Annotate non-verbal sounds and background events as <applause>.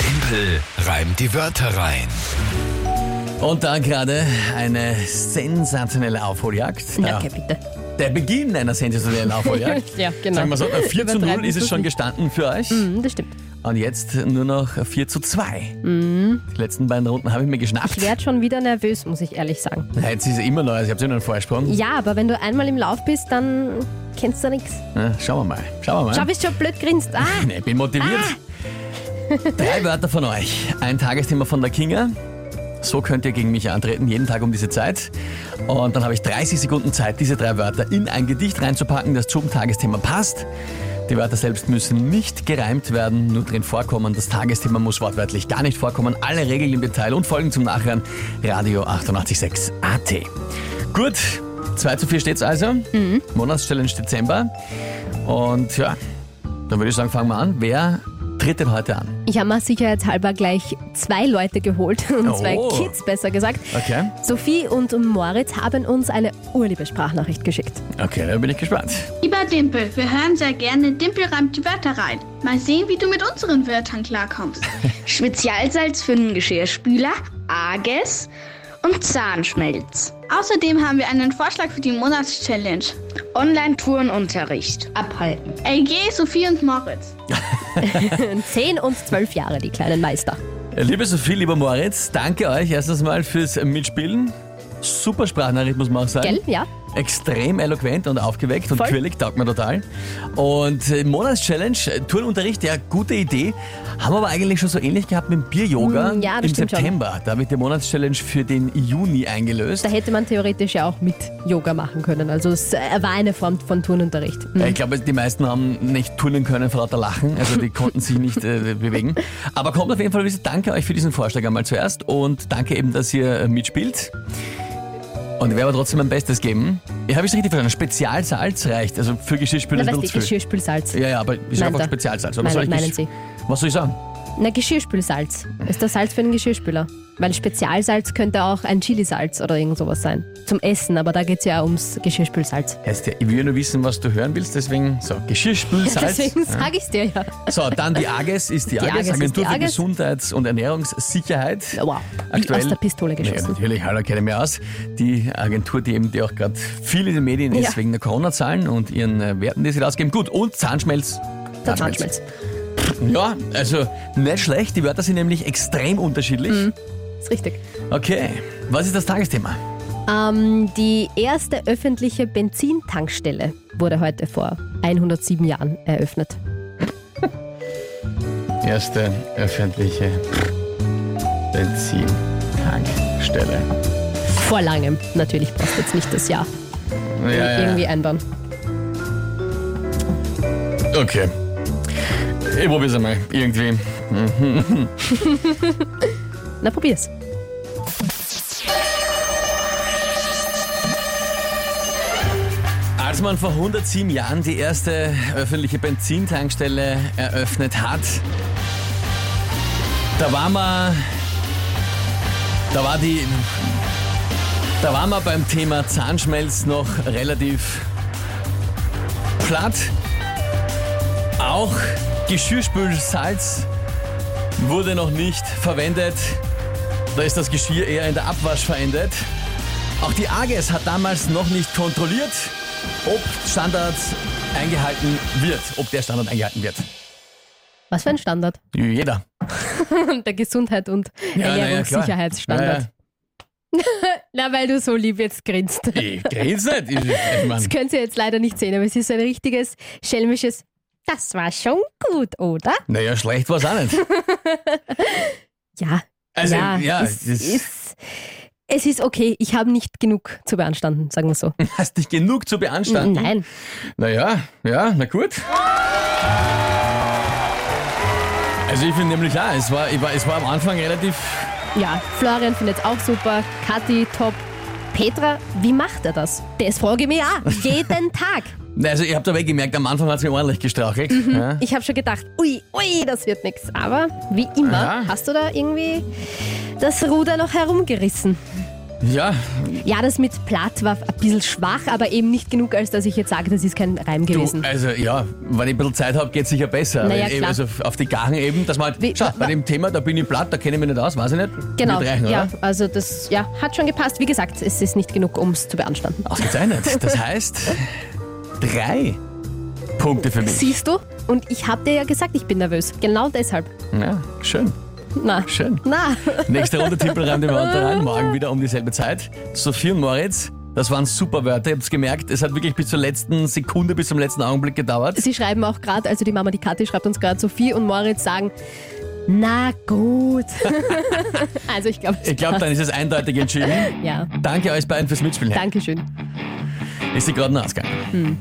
Tempel reimt die Wörter rein. Und da gerade eine sensationelle Aufholjagd. Da- Danke, bitte. der Beginn einer sensationellen Aufholjagd. <laughs> Ja, genau. Sagen wir so, 4 zu 0 Übertreiben ist es tut's schon nicht. gestanden für euch. Hm, Das stimmt. Und jetzt nur noch 4 zu 2. Die letzten beiden Runden habe ich mir geschnappt. Ich werde schon wieder nervös, muss ich ehrlich sagen. Na, jetzt ist er immer noch, also ich habe immer einen Vorsprung. Ja, aber wenn du einmal im Lauf bist, dann kennst du nichts. Na, schauen wir mal. Schauen wir mal. Schau, wie schon blöd grinst. Ah, <laughs> Nee, ich bin motiviert. Drei Wörter von euch. Ein Tagesthema von der Kinga. So könnt ihr gegen mich antreten, jeden Tag um diese Zeit. Und dann habe ich 30 Sekunden Zeit, diese drei Wörter in ein Gedicht reinzupacken, das zum Tagesthema passt. Die Wörter selbst müssen nicht gereimt werden, nur drin vorkommen. Das Tagesthema muss wortwörtlich gar nicht vorkommen. Alle Regeln im Detail und Folgen zum Nachhören. Radio 886 AT. Gut, 2 zu 4 steht's also. Monatschallenge Dezember. Und ja, dann würde ich sagen, fangen wir an. Wer tritt denn heute an? ich habe mir sicherheitshalber gleich zwei Leute geholt und Oh. zwei Kids, besser gesagt. Okay. Sophie und Moritz haben uns eine urliebe Sprachnachricht geschickt. <laughs> Okay, dann bin ich gespannt. Lieber Dimpel, wir hören sehr gerne Dimpel reimt die Wörter rein. Mal sehen, wie du mit unseren Wörtern klarkommst. Spezialsalz für den Geschirrspüler, Arges und Zahnschmelz. Außerdem haben wir einen Vorschlag für die Monatschallenge. Online-Tourenunterricht abhalten. LG, Sophie und Moritz. Zehn und zwölf Jahre, die kleinen Meister. Liebe Sophie, lieber Moritz, danke euch erstens mal fürs Mitspielen. Super Sprachnachricht, muss man auch sagen. Gell? Ja. Extrem eloquent und aufgeweckt und Voll. quirlig, taugt mir total. Und äh, Monatschallenge, äh, Turnunterricht, ja, gute Idee. Haben wir aber eigentlich schon so ähnlich gehabt mit dem Bier-Yoga Mm, ja, das im stimmt schon. September. Da wird die Monatschallenge für den Juni eingelöst. Da hätte man theoretisch ja auch mit Yoga machen können. Also es äh, war eine Form von Turnunterricht. Ja, Ich glaube, die meisten haben nicht turnen können vor lauter Lachen, also die konnten sich nicht äh, bewegen. Aber kommt auf jeden Fall, wieder. danke euch für diesen Vorschlag einmal zuerst und danke eben, dass ihr äh, mitspielt. Und ich werde aber trotzdem mein Bestes geben. Ich habe es richtig verstanden, Spezialsalz reicht, also für Geschirrspüler Na, ist weißt ein du, bisschen zu viel. Geschirrspülsalz. Ja, ja, aber ist Meint einfach er. Spezialsalz. Aber Meinen- soll ich meinen nicht- Sie? Was soll ich sagen? Na, Geschirrspülsalz. Ist das Salz für den Geschirrspüler? Weil Spezialsalz könnte auch ein Chilisalz oder irgend sowas sein. Zum Essen, aber da geht es ja ums <laughs> Geschirrspülsalz. Heißt ja, ich will ja nur wissen, was du hören willst, deswegen so, Geschirrspülsalz. <laughs> Deswegen sage ich dir ja. So, dann die AGES ist die, Die AGES AGES, ist Agentur die für AGES. Oh, Gesundheits- und Ernährungssicherheit. Wow, wie Aktuell, aus der Pistole Ja, geschossen. natürlich, hallo, kenne mich aus. Die Agentur, die eben die auch gerade viel in den Medien ist Ja. wegen der Corona-Zahlen und ihren äh, Werten, die sie rausgeben. Gut, und Zahnschmelz. Der Zahnschmelz. Ja, also nicht schlecht. Die Wörter sind nämlich extrem unterschiedlich. Mhm. Ist richtig. Okay, was ist das Tagesthema? Ähm, die erste öffentliche Benzintankstelle wurde heute vor 107 Jahren eröffnet. Erste öffentliche Benzintankstelle. Vor langem. Natürlich brauchst du jetzt nicht das Jahr Äh. irgendwie einbauen. Okay. Ich probier's einmal. Irgendwie. Na, probier's. Als man vor 107 Jahren die erste öffentliche Benzintankstelle eröffnet hat, da war man, da war die, da war man beim Thema Zahnschmelz noch relativ platt. Auch Geschirrspülsalz wurde noch nicht verwendet. Da ist das Geschirr eher in der Abwasch verendet. Auch die AGES hat damals noch nicht kontrolliert ob Standards eingehalten wird, ob der Standard eingehalten wird. Was für ein Standard? Jeder. Der Gesundheit und na ja, Ernährungssicherheitsstandard. <laughs> Na, weil du so lieb jetzt grinst. Ja, ja. Ich grinse nicht. Ich, ich mein, Das könnt ihr jetzt leider nicht sehen, aber es ist ein richtiges schelmisches Das war schon gut, oder? naja, schlecht war es auch nicht. Ja. Also, ja, ja, es, das- ist, es ist okay. Ich habe nicht genug zu beanstanden, sagen <laughs> wir so. Hast nicht genug zu beanstanden? Nein. Naja, ja, na gut. Also ich finde nämlich auch, es war, ich war, es war am Anfang relativ... Ja, Florian findet es auch super. Kathi, top. Petra, wie macht er das? Das frage ich <laughs> mich auch. Jeden Tag. Na, Also ich habe dabei gemerkt, am Anfang hat es mir ordentlich gestrauchelt. Ja. Ich habe schon gedacht, ui, ui, das wird nichts. Aber wie immer, Ah Ja. hast du da irgendwie das Ruder noch herumgerissen. Ja, Ja, das mit platt war ein bisschen schwach, aber eben nicht genug, als dass ich jetzt sage, das ist kein Reim du, gewesen. also ja, wenn ich ein bisschen Zeit habe, geht es sicher besser. Naja, Weil eben, klar. also auf- auf die Garn eben, dass man halt, Wie- schau, wa- bei dem Thema, da bin ich platt, da kenne ich mich nicht aus, weiß ich nicht. Genau, Wird reichen, ja, oder? also das ja, hat schon gepasst. Wie gesagt, es ist nicht genug, um es zu beanstanden. Ausgezeichnet. Das heißt, drei Punkte für mich. Siehst du? Und ich habe dir ja gesagt, ich bin nervös. Genau deshalb. Ja, schön, Na, schön. na, Nächste Runde Tippelreim, die wir unter rein. Morgen wieder um dieselbe Zeit. Sophie und Moritz, das waren super Wörter. Ihr habt's gemerkt, es hat wirklich bis zur letzten Sekunde, bis zum letzten Augenblick gedauert. sie schreiben auch gerade, also die Mama, die Kathi schreibt uns gerade, Sophie und Moritz sagen, na gut. <laughs> also ich glaube, Ich glaube, dann ist es eindeutig entschieden. ja. Danke euch beiden fürs Mitspielen. Dankeschön. Ist die gerade ausgegangen.